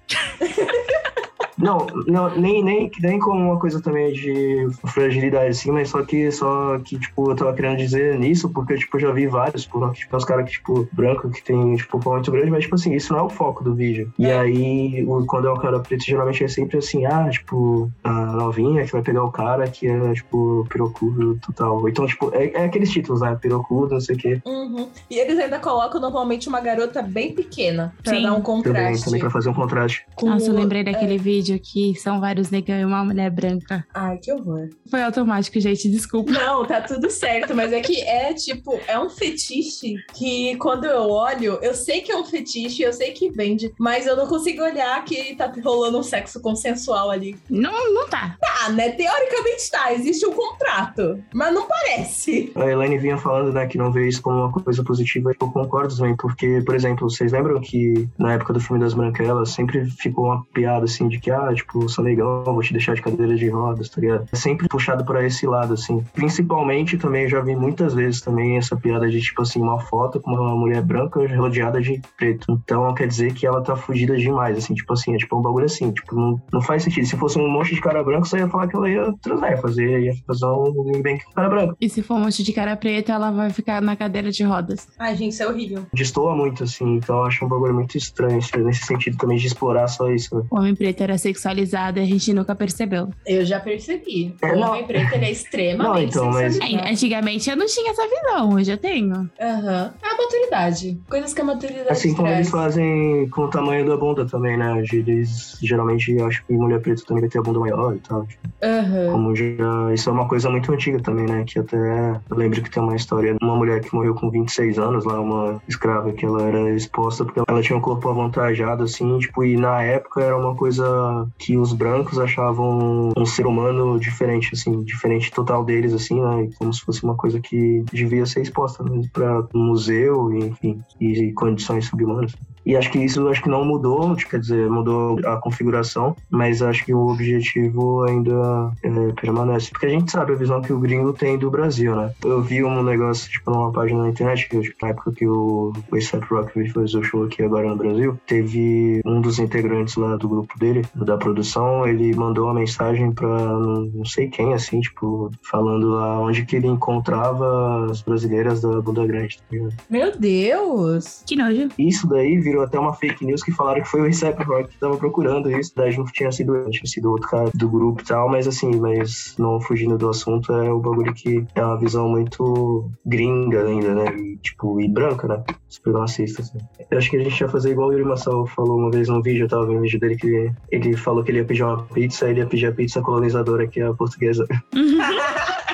S11: Não, não nem, nem, nem como uma coisa também de fragilidade, assim, mas só que, só que, tipo, eu tava querendo dizer nisso, porque, tipo, eu já vi vários, por tipo, uns caras que, tipo, branco, que tem, tipo, pau muito grande, mas, tipo, assim, isso não é o foco do vídeo. E aí, o- quando é um cara preto, geralmente é sempre assim, ah, tipo, a novinha que vai pegar o cara que é, tipo, pirocudo total. Então, tipo, é, é aqueles títulos, né, pirocudo, não sei o quê.
S9: Uhum. E eles ainda colocam normalmente uma garota bem pequena pra dar
S11: Também,
S9: um contraste.
S11: também pra fazer um contraste.
S10: Nossa, eu
S9: é.
S10: lembrei daquele vídeo que são vários negão e uma mulher branca.
S9: Ai, que horror.
S10: Foi automático, gente, desculpa.
S9: Não, tá tudo certo, mas é que é tipo, é um fetiche que quando eu olho, eu sei que é um fetiche, eu sei que vende, mas eu não consigo olhar que tá rolando um sexo consensual ali.
S10: Não, não tá.
S9: Tá, né? Teoricamente tá, existe um contrato, mas não parece.
S11: A Elaine vinha falando, né, que não vê isso como uma coisa positiva. Eu concordo também, porque, por exemplo, vocês lembram que na época do filme das Branquelas sempre ficou uma piada assim de que, ah, tipo, sou legal, vou te deixar de cadeira de rodas, tá ligado? É sempre puxado pra esse lado, assim. Principalmente também, eu já vi muitas vezes também essa piada de, tipo assim, uma foto com uma mulher branca rodeada de preto. Então quer dizer que ela tá fugida demais, assim, tipo assim, é tipo um bagulho assim, tipo, não, não faz sentido. Se fosse um monte de cara branco, você ia falar que ela ia transar, ia fazer, ia fazer um gangbang com cara branco.
S10: E se for um monte de cara preta, ela vai ficar na cadeira de rodas.
S9: Ai, gente, isso é horrível.
S11: destoa muito, assim. Então eu acho um bagulho muito estranho assim, nesse sentido também de explorar só isso. né?
S10: O homem preto era sexualizado e a gente nunca percebeu.
S9: Eu já percebi.
S11: É,
S9: o
S11: não.
S9: homem preto ele é extremamente
S11: Não, então, mas-
S10: É, Antigamente eu não tinha essa visão, hoje eu tenho.
S9: Aham. É a maturidade. Coisas que a maturidade
S11: Assim como
S9: traz.
S11: eles fazem com o tamanho da bunda também, né? Eles geralmente acham que mulher preta também vai ter a bunda maior e tal. tipo,
S9: Aham.
S11: Como já. Isso é uma coisa muito antiga também, né? Que até. Eu lembro que tem uma história de uma mulher que morreu com 26 anos lá, uma escrava, que ela era exposta porque ela tinha um corpo avantajado, assim, tipo, e na época era uma coisa que os brancos achavam um ser humano diferente, assim, diferente total deles, assim, né? E Como se fosse uma coisa que devia ser exposta mesmo pra um museu, e, enfim, e condições subhumanas. E acho que isso acho que não mudou, quer dizer, mudou a configuração, mas acho que o objetivo ainda é, permanece. Porque a gente sabe a visão que o gringo tem do Brasil, né? Eu vi um negócio, tipo, numa página na internet, que eu, tipo, na época que o ASAP Rock fez o show aqui agora no Brasil, teve um dos integrantes lá do grupo dele, da produção, ele mandou uma mensagem pra não não sei quem, assim, tipo, falando lá onde que ele encontrava as brasileiras da bunda grande, tá ligado?
S9: Meu Deus!
S10: Que nojo.
S11: Isso daí virou até uma fake news que falaram que foi o Recep Rock que tava procurando isso. Daí não tinha sido ele, tinha sido outro cara do grupo e tal, mas assim, mas não fugindo do assunto, é o bagulho que é uma visão muito gringa ainda, né? E, tipo, e branca, né? Supremacista, assim. Eu acho que a gente ia fazer igual o Yuri Massal falou uma vez num vídeo, eu tava vendo um vídeo dele que ele, ele falou que ele ia pedir uma pizza, ele ia pedir a pizza colonizadora, que é a portuguesa.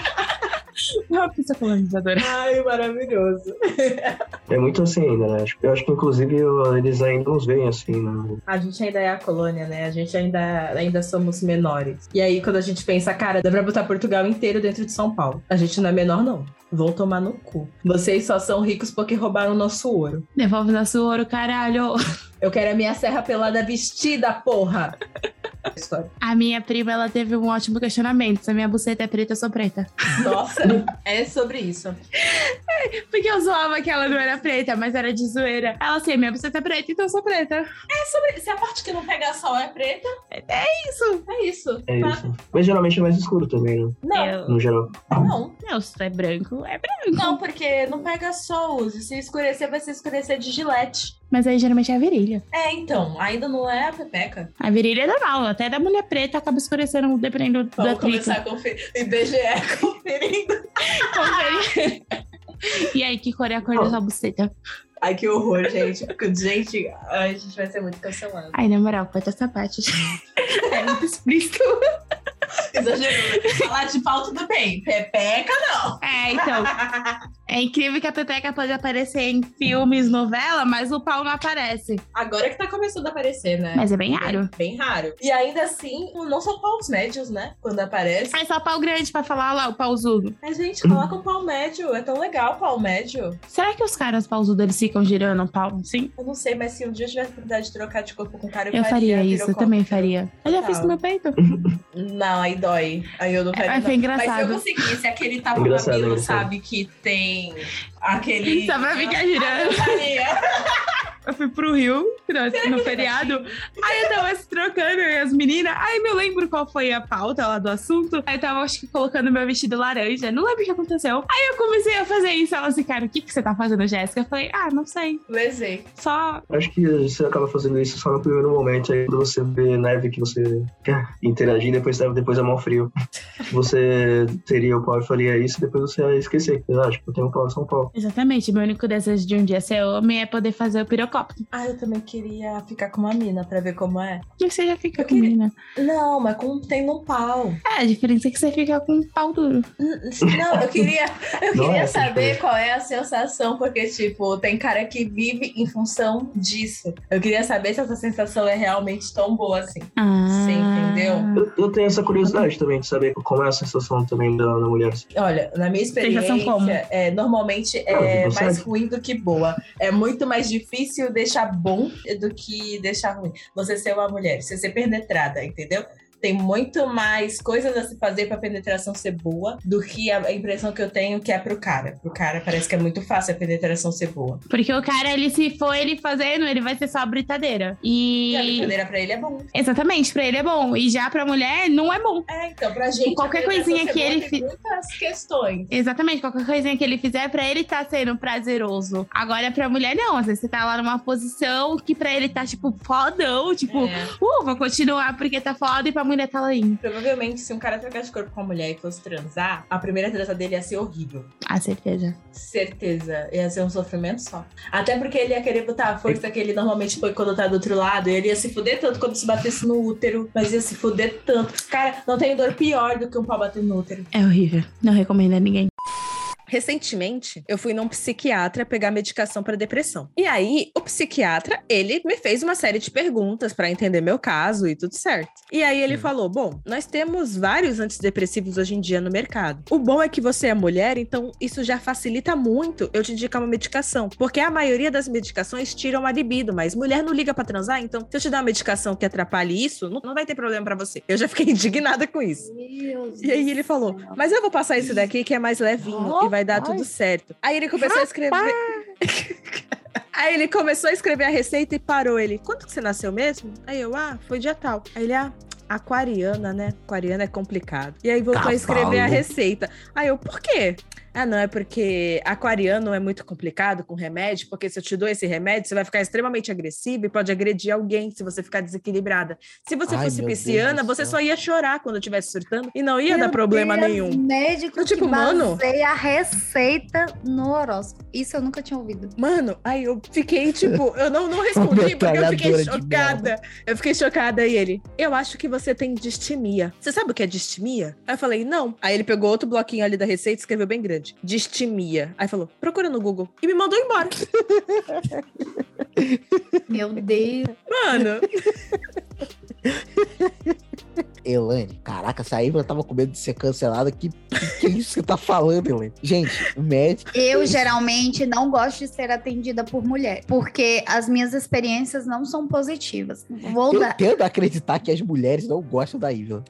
S10: Uma pizza colonizadora.
S9: Ai, maravilhoso.
S11: É muito assim ainda, né? Eu acho que inclusive eu- eles ainda nos veem assim, né?
S9: A gente ainda é a colônia, né? A gente ainda, ainda somos menores. E aí, quando a gente pensa, cara, dá pra botar Portugal inteiro dentro de São Paulo. A gente não é menor, não. Vão tomar no cu. Vocês só são ricos porque roubaram nosso ouro.
S10: Devolve nosso ouro, caralho.
S9: Eu quero a minha serra pelada vestida, porra! História.
S10: A minha prima, ela teve um ótimo questionamento. Se a minha buceta é preta, eu sou preta.
S9: Nossa, é sobre isso.
S10: É, Porque eu zoava que ela não era preta, mas era de zoeira. Ela assim, minha buceta é preta, então eu sou preta.
S9: É sobre. Se a parte que não pega sol é preta,
S10: É isso.
S9: é isso.
S11: É isso. Mas geralmente é mais escuro também, né?
S9: Não,
S10: Eu...
S11: No geral.
S9: não.
S10: Não, se tu é branco, é branco.
S9: Não, porque não pega sol, use. Se escurecer, vai se escurecer de gilete.
S10: Mas aí geralmente é a virilha.
S9: É, então, ainda não é a pepeca.
S10: A virilha é normal, até da mulher preta acaba escurecendo, dependendo da
S9: Vamos
S10: tripa.
S9: começar a conferir. IBGE conferindo.
S10: E aí, que cor é a cor da sua buceta?
S9: Ai, que horror, gente. Gente, ai, a gente vai ser muito cancelado.
S10: Ai, na moral, corta essa parte. é muito explícito.
S9: Exagerou. Falar de pau, tudo bem. Pepeca, não.
S10: É, então. É incrível que a pepeca pode aparecer em filmes, novela, mas o pau não aparece.
S9: Agora que tá começando a aparecer, né?
S10: Mas é bem raro.
S9: Bem, bem raro. E ainda assim, não são paus médios, né? Quando aparece.
S10: É só pau grande pra falar lá, o pauzudo.
S9: Mas, gente, coloca um pau médio. É tão legal o pau médio.
S10: Será que os caras pauzudos, eles ficam girando o pau, sim?
S9: Eu não sei, mas se um dia eu tivesse a oportunidade de trocar de corpo com o cara, eu, um
S10: Eu faria isso, eu
S9: pirocóptero.
S10: também faria. Eu já
S9: Total.
S10: fiz com meu peito.
S9: Não, aí dói. Aí eu não faria.
S10: É, Mas
S9: não.
S10: foi
S9: Mas se
S10: engraçado.
S9: eu conseguisse aquele tapa no
S10: Engraçado,
S9: mamilo,
S10: engraçado.
S9: sabe? Que tem aquele.
S10: Só pra ficar girando.
S9: Ah, eu faria.
S10: Eu fui pro Rio no, no feriado. Aí eu tava se trocando eu e as meninas. Aí eu lembro qual foi a pauta lá do assunto. Aí eu tava, acho que, colocando meu vestido laranja. Não lembro o que aconteceu. Aí eu comecei a fazer isso. Ela assim, cara, o que, que você tá fazendo, Jéssica? Eu falei, ah, não sei.
S9: Lesei.
S10: Só.
S11: Acho que você acaba fazendo isso só no primeiro momento, aí quando você vê neve que você quer interagir, depois, depois é mal frio. Você teria o pau e faria isso, depois você ia esquecer. Ah, tipo, tem um pau, são pau.
S10: Exatamente. Meu único desejo de um dia ser homem é poder fazer o pirocópio.
S9: Ah, eu também queria ficar com uma mina pra ver como é.
S10: Mas você já fica com mina.
S9: Não, mas com tem no pau.
S10: É, a diferença é que você fica com um pau duro.
S9: Não, eu queria, eu
S10: Não
S9: queria
S10: é essa
S9: saber
S10: diferença.
S9: qual é a sensação, porque, tipo, tem cara que vive em função disso. Eu queria saber se essa sensação é realmente tão boa assim.
S10: Ah.
S9: Você entendeu?
S11: Eu, eu tenho essa curiosidade também de saber como é a sensação também da, da mulher.
S9: Olha, na minha experiência,
S11: Sensação como?
S9: é, normalmente
S11: Ah,
S9: é
S11: você
S9: mais
S11: consegue?
S9: ruim do que boa. É muito mais difícil deixar bom do que deixar ruim. Você ser uma mulher, você ser penetrada, entendeu? Tem muito mais coisas a se fazer pra penetração ser boa do que a a impressão que eu tenho que é pro cara. Pro cara parece que é muito fácil a penetração ser boa.
S10: Porque o cara, ele se for ele fazendo, ele vai ser só a britadeira. E.
S9: E a brincadeira pra ele é bom.
S10: Exatamente, pra ele é bom. E já pra mulher, não é bom.
S9: É, então, pra gente.
S10: Qualquer
S9: a penetração ser
S10: coisinha que
S9: boa
S10: ele
S9: tem
S10: fi-
S9: muitas questões.
S10: Exatamente, qualquer coisinha que ele fizer, pra ele tá sendo prazeroso. Agora, pra mulher, não. Às vezes você tá lá numa posição que pra ele tá, tipo, fodão. Tipo,
S9: É.
S10: uh, vou continuar porque tá foda. E pra mulher tá lá indo.
S9: Provavelmente, se um cara trocar de corpo com uma mulher e fosse transar, a primeira transa dele ia ser horrível.
S10: Ah, certeza.
S9: Certeza, ia ser um sofrimento só. Até porque ele ia querer botar a força que ele normalmente põe quando tá do outro lado. Ele ia se fuder tanto quando se batesse no útero, mas ia se fuder tanto. Cara, não tem dor pior do que um pau bater no útero.
S10: É horrível. Não recomendo a ninguém.
S9: Recentemente, eu fui num psiquiatra pegar medicação para depressão. E aí, o psiquiatra, ele me fez uma série de perguntas para entender meu caso e tudo certo. E aí ele falou: "Bom, nós temos vários antidepressivos hoje em dia no mercado. O bom é que você é mulher, então isso já facilita muito eu te indicar uma medicação, porque a maioria das medicações tiram a libido, mas mulher não liga para transar, então se eu te dar uma medicação que atrapalhe isso, não, não vai ter problema para você". Eu já fiquei indignada com isso. E aí ele falou: Mas eu vou passar esse daqui que é mais levinho e vai dar tudo certo. Aí ele começou a escrever. Aí ele começou a escrever a receita e parou ele. Quando que você nasceu mesmo? Aí eu, ah, foi dia tal. Aí ele, ah, aquariana, né? Aquariana é complicado. E aí voltou a escrever a
S10: Cavalo.
S9: receita. Aí eu, por quê? Ah, não, é porque aquariano é muito complicado com remédio, porque se eu te dou esse remédio, você vai ficar extremamente agressiva e pode agredir alguém se você ficar desequilibrada. Se você
S6: Ai,
S9: fosse
S6: meu Deus
S9: pisciana,
S6: do
S9: você
S6: céu.
S9: só ia chorar quando eu estivesse surtando e não ia
S6: Meu
S9: dar problema
S6: Deus,
S9: nenhum.
S2: né?
S6: Médico
S9: Eu, tipo,
S6: que
S9: mano-
S6: baseia a receita no horóscopo. Isso eu nunca tinha ouvido.
S9: Mano, aí eu fiquei tipo, eu não, não respondi porque eu
S6: metralhadora
S9: fiquei
S6: de
S9: chocada. Eu fiquei chocada e ele, eu acho que você tem distimia. Você sabe o que é distimia? Aí eu falei, não. Aí ele pegou outro bloquinho ali da receita e escreveu bem grande: distimia. Aí falou, procura no Google. E me mandou embora.
S6: Meu Deus.
S9: Mano,
S7: Elane, caraca, essa aí eu tava com medo de ser cancelada. Que, que, que é isso que você tá falando, Elane? Gente, o médico.
S6: Eu geralmente não gosto de ser atendida por mulher, porque as minhas experiências não são positivas. Vou
S7: Eu
S6: dar-
S7: tendo a acreditar que as mulheres não gostam da Ivan.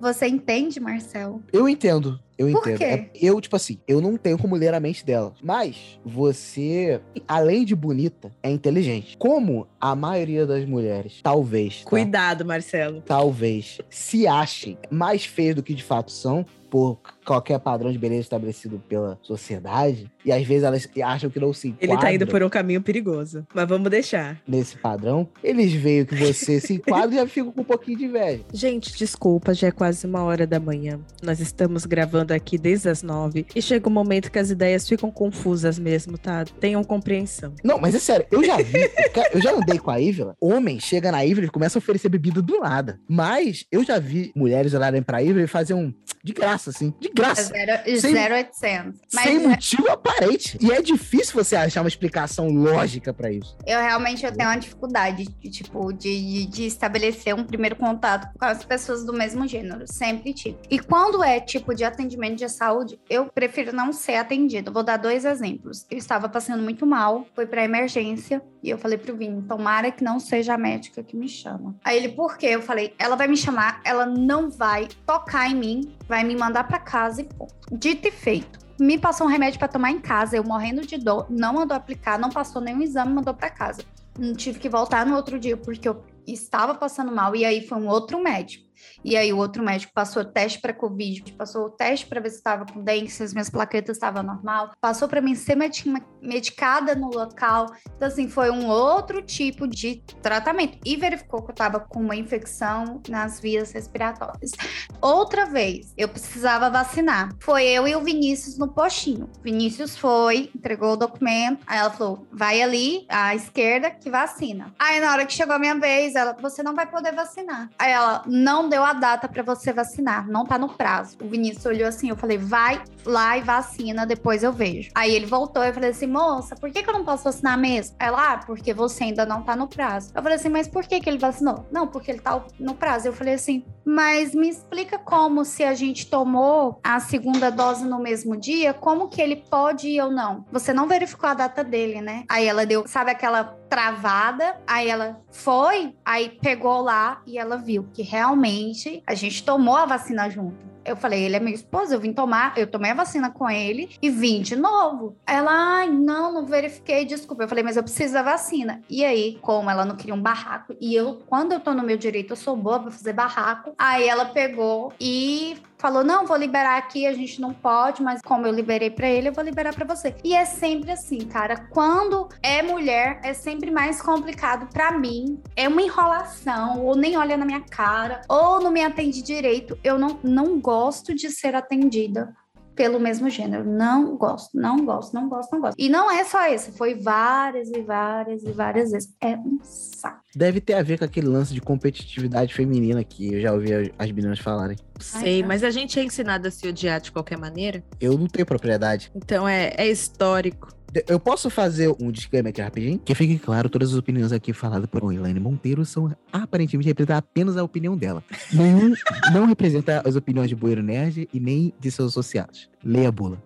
S6: Você entende, Marcel?
S7: Eu entendo. Eu
S6: Por
S7: entendo.
S6: quê?
S7: É- eu, tipo assim, eu não tenho como ler a mente dela. Mas você, além de bonita, é inteligente. Como a maioria das mulheres, talvez. tá?
S9: cuidado, Marcelo.
S7: Talvez se achem mais feias do que de fato são, por qualquer padrão de beleza estabelecido pela sociedade. E às vezes elas acham que não se
S9: Ele
S7: enquadram
S9: tá indo por um caminho perigoso. Mas vamos deixar.
S7: nesse padrão. Eles veem que você se enquadra e já ficam com um pouquinho de inveja.
S9: Gente, desculpa, já é quase uma hora da manhã. Nós estamos gravando
S2: gravando aqui desde as nove e chega um momento que as ideias ficam confusas mesmo, tá? Tenham compreensão.
S7: Não, mas é sério, eu já vi, cara, eu já andei com a Ívila. Homem chega na Ívila e começa a oferecer bebida do nada. Mas eu já vi mulheres olharem pra Ívila e fazer um de graça, assim, de graça.
S6: Zero,
S7: Sem-
S6: zero 800. Mas é
S7: Sem motivo aparente. E é difícil você achar uma explicação lógica pra isso.
S6: eu realmente eu tenho uma dificuldade, de, tipo, de, de- de estabelecer um primeiro contato com as pessoas do mesmo gênero. Sempre tive. E quando é tipo de atendimento de saúde, eu prefiro não ser atendida. Vou dar dois exemplos. Eu estava passando muito mal, fui pra emergência e eu falei pro Vini, tomara que não seja a médica que me chama. Aí ele, por quê? Eu falei, ela vai me chamar, ela não vai tocar em mim, vai me mandar pra casa e ponto. Dito e feito me passou um remédio pra tomar em casa, eu morrendo de dor, não mandou aplicar, não passou nenhum exame, mandou pra casa. Hum, Tive que voltar no outro dia porque eu estava passando mal e aí foi um outro médico. E aí o outro médico passou o teste para covid, passou o teste para ver se estava com dengue, se as minhas plaquetas estavam normal, passou para mim ser medi- medicada no local. Então assim, foi um outro tipo de tratamento e verificou que eu estava com uma infecção nas vias respiratórias. Outra vez, eu precisava vacinar. Foi eu e o Vinícius no postinho. Vinícius foi, entregou o documento. Aí ela falou: vai ali à esquerda que vacina. Aí na hora que chegou a minha vez, ela: você não vai poder vacinar. Aí ela: não deu a data pra você vacinar, não tá no prazo. O Vinícius olhou assim, eu falei: vai lá e vacina, depois eu vejo. Aí ele voltou, eu falei assim: moça, por que, que eu não posso vacinar mesmo? Ela: ah, porque você ainda não tá no prazo. Eu falei assim: mas por que, que ele vacinou? Não, porque ele tá no prazo. Eu falei assim: mas me explica como, se a gente tomou a segunda dose no mesmo dia, como que ele pode ir ou não? Você não verificou a data dele, né? Aí ela deu, sabe aquela travada? Aí ela foi, aí pegou lá e ela viu que realmente a gente tomou a vacina junto. Eu falei, ele é meu esposo, eu vim tomar, eu tomei a vacina com ele e vim de novo. Ela, ai, não, não verifiquei, desculpa. Eu falei, mas eu preciso da vacina. E aí, como ela não queria um barraco, e eu, quando eu tô no meu direito, eu sou boa pra fazer barraco. Aí ela pegou e falou: não, vou liberar aqui, a gente não pode, mas como eu liberei pra ele, eu vou liberar pra você. E é sempre assim, cara. Quando é mulher, é sempre mais complicado pra mim. É uma enrolação, ou nem olha na minha cara, ou não me atende direito. Eu não, não gosto de ser atendida pelo mesmo gênero. Não gosto, não gosto, não gosto, não gosto. E não é só esse, foi várias e várias e várias vezes. É um saco.
S7: Deve ter a ver com aquele lance de competitividade feminina que eu já ouvi as- as meninas falarem.
S2: Sei, mas a gente é ensinado a se odiar de qualquer maneira.
S7: Eu não tenho propriedade.
S2: Então é, é histórico.
S7: De- Eu posso fazer um disclaimer aqui rapidinho? Que fique claro, todas as opiniões aqui faladas por Elaine Monteiro são aparentemente representar apenas a opinião dela. Nenhum não representa as opiniões de Boeiro Nerd e nem de seus associados. Leia a bula.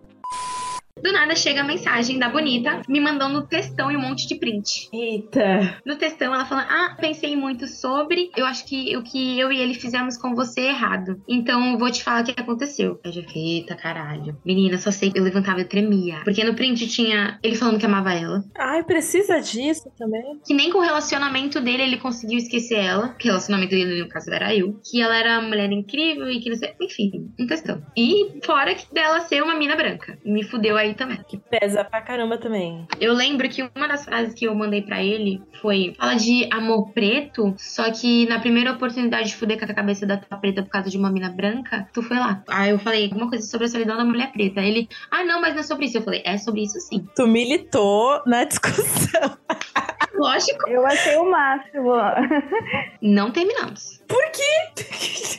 S12: Do nada chega a mensagem da Bonita me mandando textão e um monte de print.
S1: Eita.
S12: No textão ela fala: Ah, pensei muito sobre. Eu acho que o que eu e ele fizemos com você é errado. Então eu vou te falar o que aconteceu. Eu já fiquei, eita caralho. Menina, só sei que eu levantava e tremia. Porque no print tinha ele falando que amava ela.
S1: Ai, precisa disso também.
S12: Que nem com o relacionamento dele ele conseguiu esquecer ela. Que o relacionamento dele, no caso, era eu. Que ela era uma mulher incrível e que não sei. Enfim, um textão. E fora que dela ser uma mina branca. Me fudeu aí também.
S1: Que pesa pra caramba também.
S12: Eu lembro que uma das frases que eu mandei pra ele foi: fala de amor preto, só que na primeira oportunidade de fuder com a cabeça da tua preta por causa de uma mina branca, tu foi lá. Aí eu falei alguma coisa sobre a solidão da mulher preta. Ele, ah, não, mas não é sobre isso. Eu falei, é sobre isso sim.
S1: Tu militou na discussão.
S12: Lógico.
S13: Eu achei o máximo.
S12: Não terminamos. Por quê?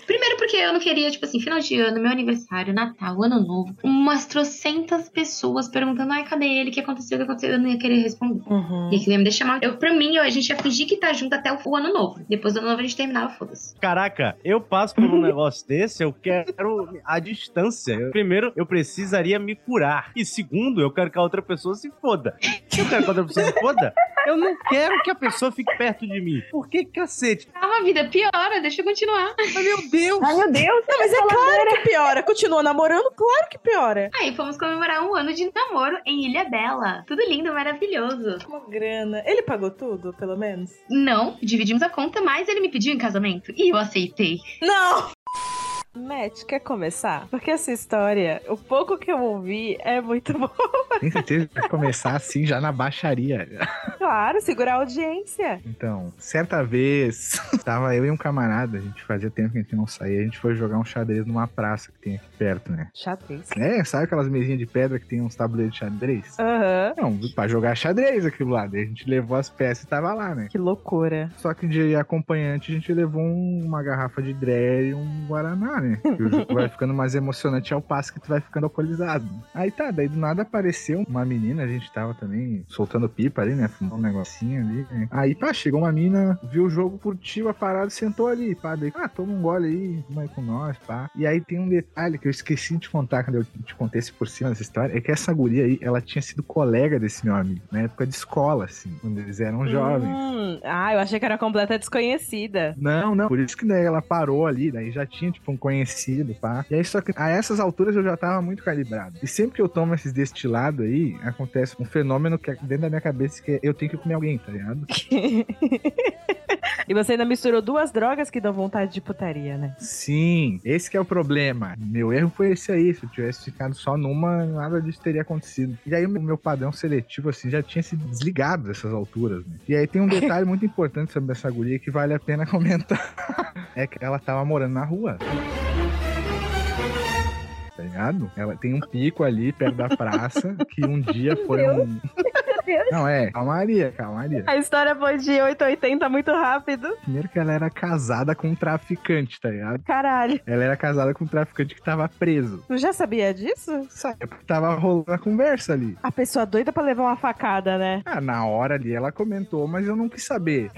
S12: Primeiro porque eu não queria, tipo assim, final de ano, meu aniversário, Natal, Ano Novo, umas trocentas pessoas perguntando, ai, cadê ele? O que aconteceu? O que aconteceu? Eu não ia querer responder. E aquilo ia me deixar mal. Eu, pra mim, eu- a gente ia fingir que tá junto até o, o Ano Novo. Depois do Ano Novo a gente terminava, foda-se.
S14: Caraca, eu passo por um negócio desse, eu quero a distância. Eu- primeiro, eu precisaria me curar. E segundo, eu quero que a outra pessoa se foda. Se eu quero que a outra pessoa se foda, eu não quero que a pessoa fique perto de mim. Por que cacete?
S12: Calma, Tá vida, piora, deixa eu continuar.
S14: Ai, meu Deus!
S12: Ai, meu Deus!
S1: Não, mas é claro que piora. Continua namorando, claro que piora.
S12: Aí fomos comemorar um ano de namoro em Ilha Bela. Tudo lindo, maravilhoso.
S1: Uma grana. Ele pagou tudo, pelo menos?
S12: Não, dividimos a conta, mas ele me pediu em casamento e eu aceitei.
S1: Não! Matt, quer começar? Porque essa história, o pouco que eu ouvi é muito boa.
S13: Tem certeza que vai começar assim já na baixaria.
S1: Claro, segurar a audiência.
S13: Então, certa vez, tava eu e um camarada, a gente fazia tempo que a gente não saía, a gente foi jogar um xadrez numa praça que tem aqui perto, né?
S1: Xadrez.
S13: É, sabe aquelas mesinhas de pedra que tem uns tabuleiros de xadrez?
S1: Aham.
S13: Não, pra jogar xadrez aquilo lá. Daí a gente levou as peças e tava lá, né?
S1: Que loucura.
S13: Só que de acompanhante a gente levou um- uma garrafa de dré e um guaraná, né? Que o jogo vai ficando mais emocionante ao passo que tu vai ficando alcoolizado. Aí tá, daí do nada apareceu uma menina, a gente tava também soltando pipa ali, né? Fumando um negocinho ali, né? Aí pá, chegou uma mina, viu o jogo, curtiu a parada, sentou ali, pá. Daí, ah, toma um gole aí, vai com nós, pá. E aí tem um detalhe que eu esqueci de contar quando eu te contei esse por cima dessa história, é que essa guria aí, ela tinha sido colega desse meu amigo, na época de escola, assim, quando eles eram jovens.
S1: Hum, ah, eu achei que era completa desconhecida.
S13: Não, não. Por isso que né, ela parou ali, daí já tinha, tipo, um conhecido, pá. E aí, só que a essas alturas eu já tava muito calibrado. E sempre que eu tomo esses destilado aí, acontece um fenômeno que é dentro da minha cabeça que é eu tenho que comer alguém, tá ligado?
S1: E você ainda misturou duas drogas que dão vontade de putaria, né?
S13: Sim, esse que é o problema. Meu erro foi esse aí. Se eu tivesse ficado só numa, nada disso teria acontecido. E aí o meu padrão seletivo, assim, já tinha se desligado dessas alturas, né? E aí tem um detalhe muito importante sobre essa guria que vale a pena comentar. é que ela tava morando na rua. Tá ligado? Ela tem um pico ali perto da praça que um dia foi um. Não, é, calmaria, calmaria.
S1: A história foi de 880 muito rápido.
S13: Primeiro que ela era casada com um traficante, tá ligado?
S1: Caralho.
S13: Ela era casada com um traficante que tava preso.
S1: Tu já sabia disso?
S13: Sabe, porque tava rolando a conversa ali.
S1: A pessoa doida pra levar uma facada, né?
S13: Ah, na hora ali ela comentou, mas eu não quis saber.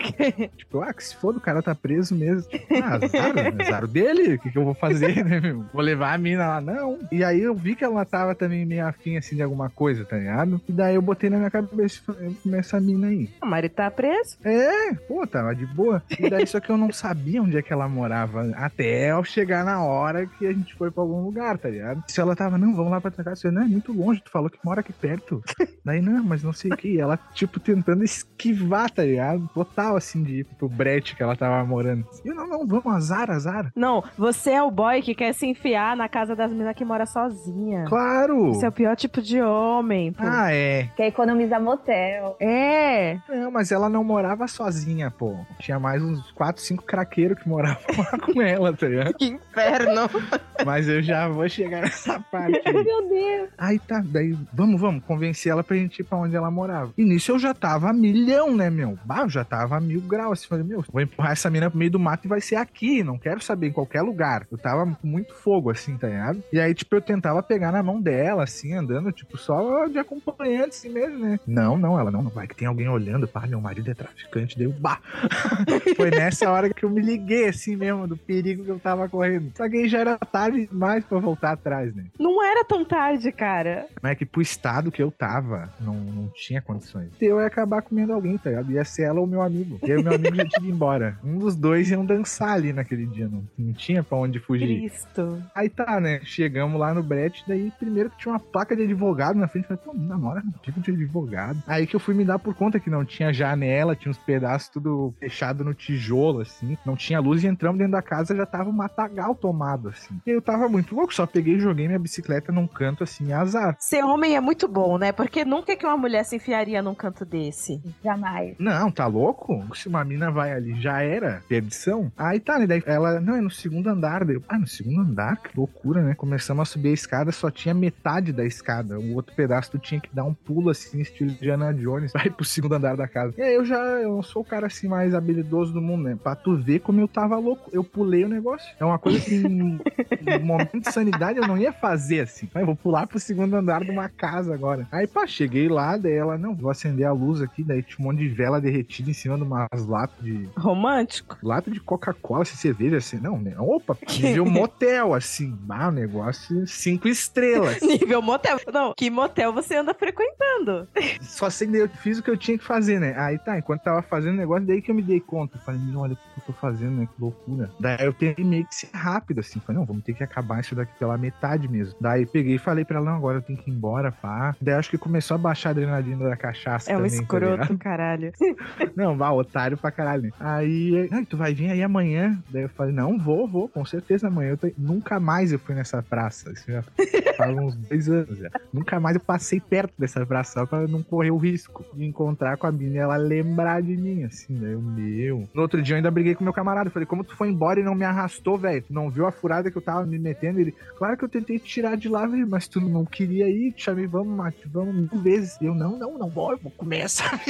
S13: tipo, ah, que se for, o cara tá preso mesmo. Tipo, ah, azar, né? azar dele, o que, que eu vou fazer, né, meu? Vou levar a mina lá, não. E aí eu vi que ela tava também meio afim, assim, de alguma coisa, tá ligado? E daí eu botei na minha cabeça, e falei, essa mina aí.
S1: Ah, mas ele tá preso?
S13: É, pô, tava de boa. E daí só que eu não sabia onde é que ela morava até eu chegar na hora que a gente foi pra algum lugar, tá ligado? Se ela tava, não, vamos lá pra tua casa, eu, não, é muito longe, tu falou que mora aqui perto. daí, não, mas não sei o que. E ela, tipo, tentando esquivar, tá ligado? Total, assim, de ir pro brete que ela tava morando. E eu, não, não, vamos, azar, azar.
S1: Não, você é o boy que quer se enfiar na casa das meninas que mora sozinha.
S13: Claro!
S1: Você é o pior tipo de homem. pô.
S13: Ah, é.
S15: Quer economizar motel.
S1: É.
S13: Não, mas ela não morava sozinha, pô. Tinha mais uns 4, 5 craqueiros que moravam lá com ela, tá ligado?
S1: Que inferno!
S13: Mas eu já vou chegar nessa parte. aí.
S15: Meu Deus.
S13: Aí tá, daí vamos, vamos, convencer ela pra gente ir pra onde ela morava. E nisso eu já tava a milhão, né, meu? Bah, eu já tava a mil graus. Assim, falei, meu, vou empurrar essa mina pro meio do mato e vai ser aqui, não quero saber, em qualquer lugar. Eu tava com muito fogo, assim, tá ligado? E aí, tipo, eu tentava pegar na mão dela, assim, andando, tipo, só de acompanhante, assim mesmo, né? Não, não, ela não, não vai que tem alguém olhando, pá, meu marido é traficante, deu bah. Foi nessa hora que eu me liguei, assim mesmo, do perigo que eu tava correndo. Só que aí já era tarde demais pra voltar atrás, né?
S1: Não era tão tarde, cara.
S13: Mas é que pro estado que eu tava, não, não tinha condições. Eu ia acabar comendo alguém, tá ligado? Ia ser ela ou meu amigo. E aí o meu amigo já tinha ido embora. Um dos dois iam dançar ali naquele dia, não, não tinha pra onde fugir.
S1: Cristo.
S13: Aí tá, né? Chegamos lá no Brett, daí primeiro que tinha uma placa de advogado na frente, falei, pô, namora tipo de advogado. Aí que eu fui me dar por conta que não tinha janela, tinha uns pedaços tudo fechado no tijolo, assim, não tinha luz e entramos dentro da casa, já tava um matagal tomado, assim. E eu tava muito louco, só peguei e joguei minha bicicleta num canto, assim, azar.
S1: Ser homem é muito bom, né? Porque
S2: é
S1: nunca que uma mulher se enfiaria num canto desse.
S15: Jamais.
S13: Não, tá louco? Se uma mina vai ali, já era. Perdição. Aí tá, né? Daí ela, não, é no segundo andar. Daí eu, ah, no segundo andar? Que loucura, né? Começamos a subir a escada, só tinha metade da escada. O outro pedaço tu tinha que dar um pulo assim, estilo Diana Jones, vai pro segundo andar da casa. E aí eu já, eu não sou o cara assim mais habilidoso do mundo, né? Pra tu ver como eu tava louco. Eu pulei o negócio. É uma coisa que em em um momento de sanidade eu não ia fazer assim. Mas vou pular pro segundo andar de uma casa agora. Aí, pá, cheguei lá, daí ela, não, vou acender a luz aqui, daí tinha um monte de vela derretida em cima de umas latas de.
S1: Romântico.
S13: Lata de Coca-Cola, se cerveja, assim, não, né? Opa, nível motel, assim. Ah, o negócio cinco estrelas.
S1: Nível motel. Não, que motel você anda frequentando?
S13: só sei que daí eu fiz o que eu tinha que fazer, né? Aí tá, enquanto tava fazendo o negócio, daí que eu me dei conta. Eu Falei, não, olha o que eu tô fazendo, né? Que loucura. Daí eu tentei meio que ser rápido, assim. Falei, não, vamos ter que acabar isso daqui pela metade mesmo. Daí peguei e falei pra ela, não, agora eu tenho que ir embora, pá. Daí acho que começou a baixar a adrenalina da cachaça.
S2: É um
S13: também, tá
S2: escroto,
S13: ligado?
S2: caralho.
S13: Não, vá, otário pra caralho. né? Aí, ai, tu vai vir aí amanhã? Daí eu falei, não, vou, vou, com certeza amanhã. Eu tô- Nunca mais eu fui nessa praça. Isso já faz uns dois anos já. Nunca mais eu passei perto dessa praça, só pra não correr o risco de encontrar com a mina e ela lembrar de mim, assim, daí eu, meu. No outro dia eu ainda briguei com meu camarada. Eu Falei, como tu foi embora e não me arrastou, velho? Tu não viu a furada que eu tava me metendo? Ele, claro que eu tentei te tirar de lá, velho, mas tu não queria ir. Te chamei, vamos, Mati, vamos mil vezes. E eu, não, não, não, bora, eu vou comer essa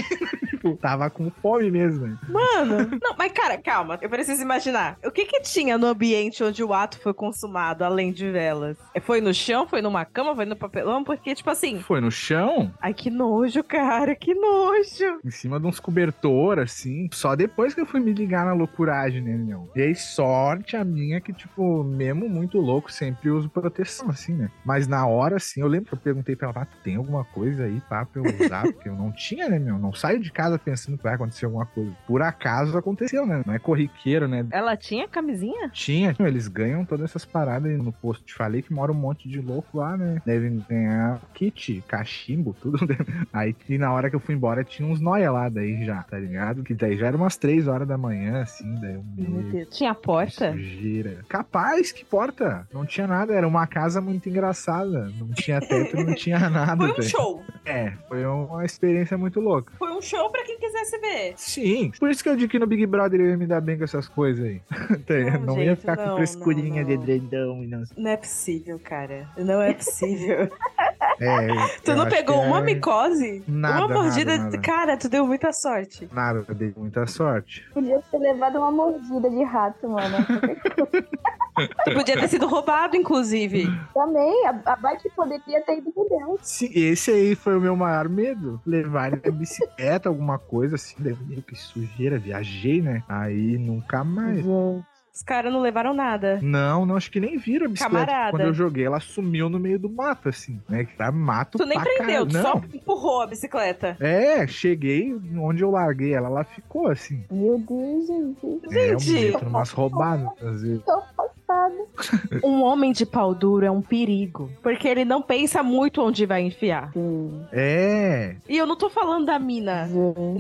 S13: Tipo, tava com fome mesmo, né?
S2: Mano, não, mas cara, calma, eu preciso imaginar. O que que tinha no ambiente onde o ato foi consumado, além de velas? É, Foi no chão, foi numa cama, foi no papelão? Porque, tipo assim.
S13: Foi no chão?
S2: Ai, que nojo, cara, que nojo.
S13: Em cima de uns cobertor, assim. Só depois que eu fui me ligar na loucuragem, né, meu? E aí, sorte a minha que, tipo, mesmo muito louco, sempre uso proteção, assim, né? Mas na hora, assim, eu lembro que eu perguntei pra ela, "Ah, tem alguma coisa aí, pá, pra eu usar? Porque eu não tinha, né, meu? Não saio de casa pensando que vai acontecer alguma coisa. Por acaso aconteceu, né? Não é corriqueiro, né?
S2: Ela tinha camisinha?
S13: Tinha, eles ganham todas essas paradas aí no posto. Te falei que mora um monte de louco lá, né? Devem ganhar kit, cachimbo, tudo. né? Aí e na hora que eu fui embora tinha uns noia lá daí já, tá ligado? Que daí já era umas 3 horas da manhã, assim, daí eu
S2: Meu
S13: me
S2: Deus. Tinha porta?
S13: gira. Capaz, que porta? Não tinha nada, era uma casa muito engraçada. Não tinha teto, não tinha nada.
S2: Foi um
S13: tá ligado?
S2: show.
S13: É, foi uma experiência muito louca.
S2: Foi um show pra quem quisesse ver.
S13: Sim, por isso que eu digo que no Big Brother eu ia me dar bem com essas coisas aí. Tá ligado?
S2: Não,
S13: não, ia
S2: gente,
S13: ficar
S2: não,
S13: com frescurinha de grandão e não
S2: Não é possível, cara. Não é possível.
S13: É, eu-
S2: tu
S13: eu
S2: não
S13: acho
S2: pegou um
S13: que é
S2: uma micose?
S13: Nada,
S2: uma mordida?
S13: nada, nada.
S2: Cara, tu deu muita sorte.
S13: Nada, eu dei muita sorte.
S15: Podia ter levado uma mordida de rato, mano.
S2: Tu podia ter sido roubado, inclusive.
S15: Também, a, a bike poderia ter ido pro Deus.
S13: Sim, esse aí foi o meu maior medo. Levar a bicicleta, alguma coisa assim. Daí, meu, que sujeira, viajei, né? Aí nunca mais.
S2: Os caras não levaram nada.
S13: Não, não, acho que nem viram a bicicleta.
S2: Camarada.
S13: Quando eu joguei, ela sumiu no meio do mato, assim, né? Que tá mato
S2: Tu nem
S13: pra
S2: prendeu, tu
S13: caralho.
S2: só
S13: Não.
S2: empurrou a bicicleta.
S13: É, cheguei onde eu larguei ela, ela ficou assim.
S15: Meu Deus, gente. Então-
S13: É,
S2: Gente.
S13: um medo, umas roubadas. às vezes.
S15: Tô passada.
S2: Um homem de pau duro é um perigo. Porque ele não pensa muito onde vai enfiar.
S13: É,
S2: E eu não tô falando da mina.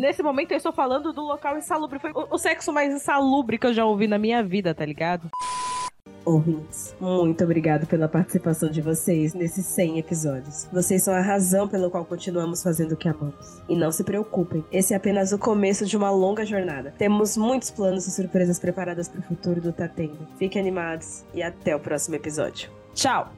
S2: Nesse momento eu estou falando do local insalubre. Foi É o, o sexo mais insalubre que eu já ouvi na minha vida, tá ligado?
S1: Ouvintes, muito obrigado pela participação de vocês nesses 100 episódios. Vocês são a razão pela qual continuamos fazendo o que amamos. E não se preocupem, esse é apenas o começo de uma longa jornada. Temos muitos planos e surpresas preparadas para o futuro do Tatendo. Fiquem animados e até o próximo episódio. Tchau!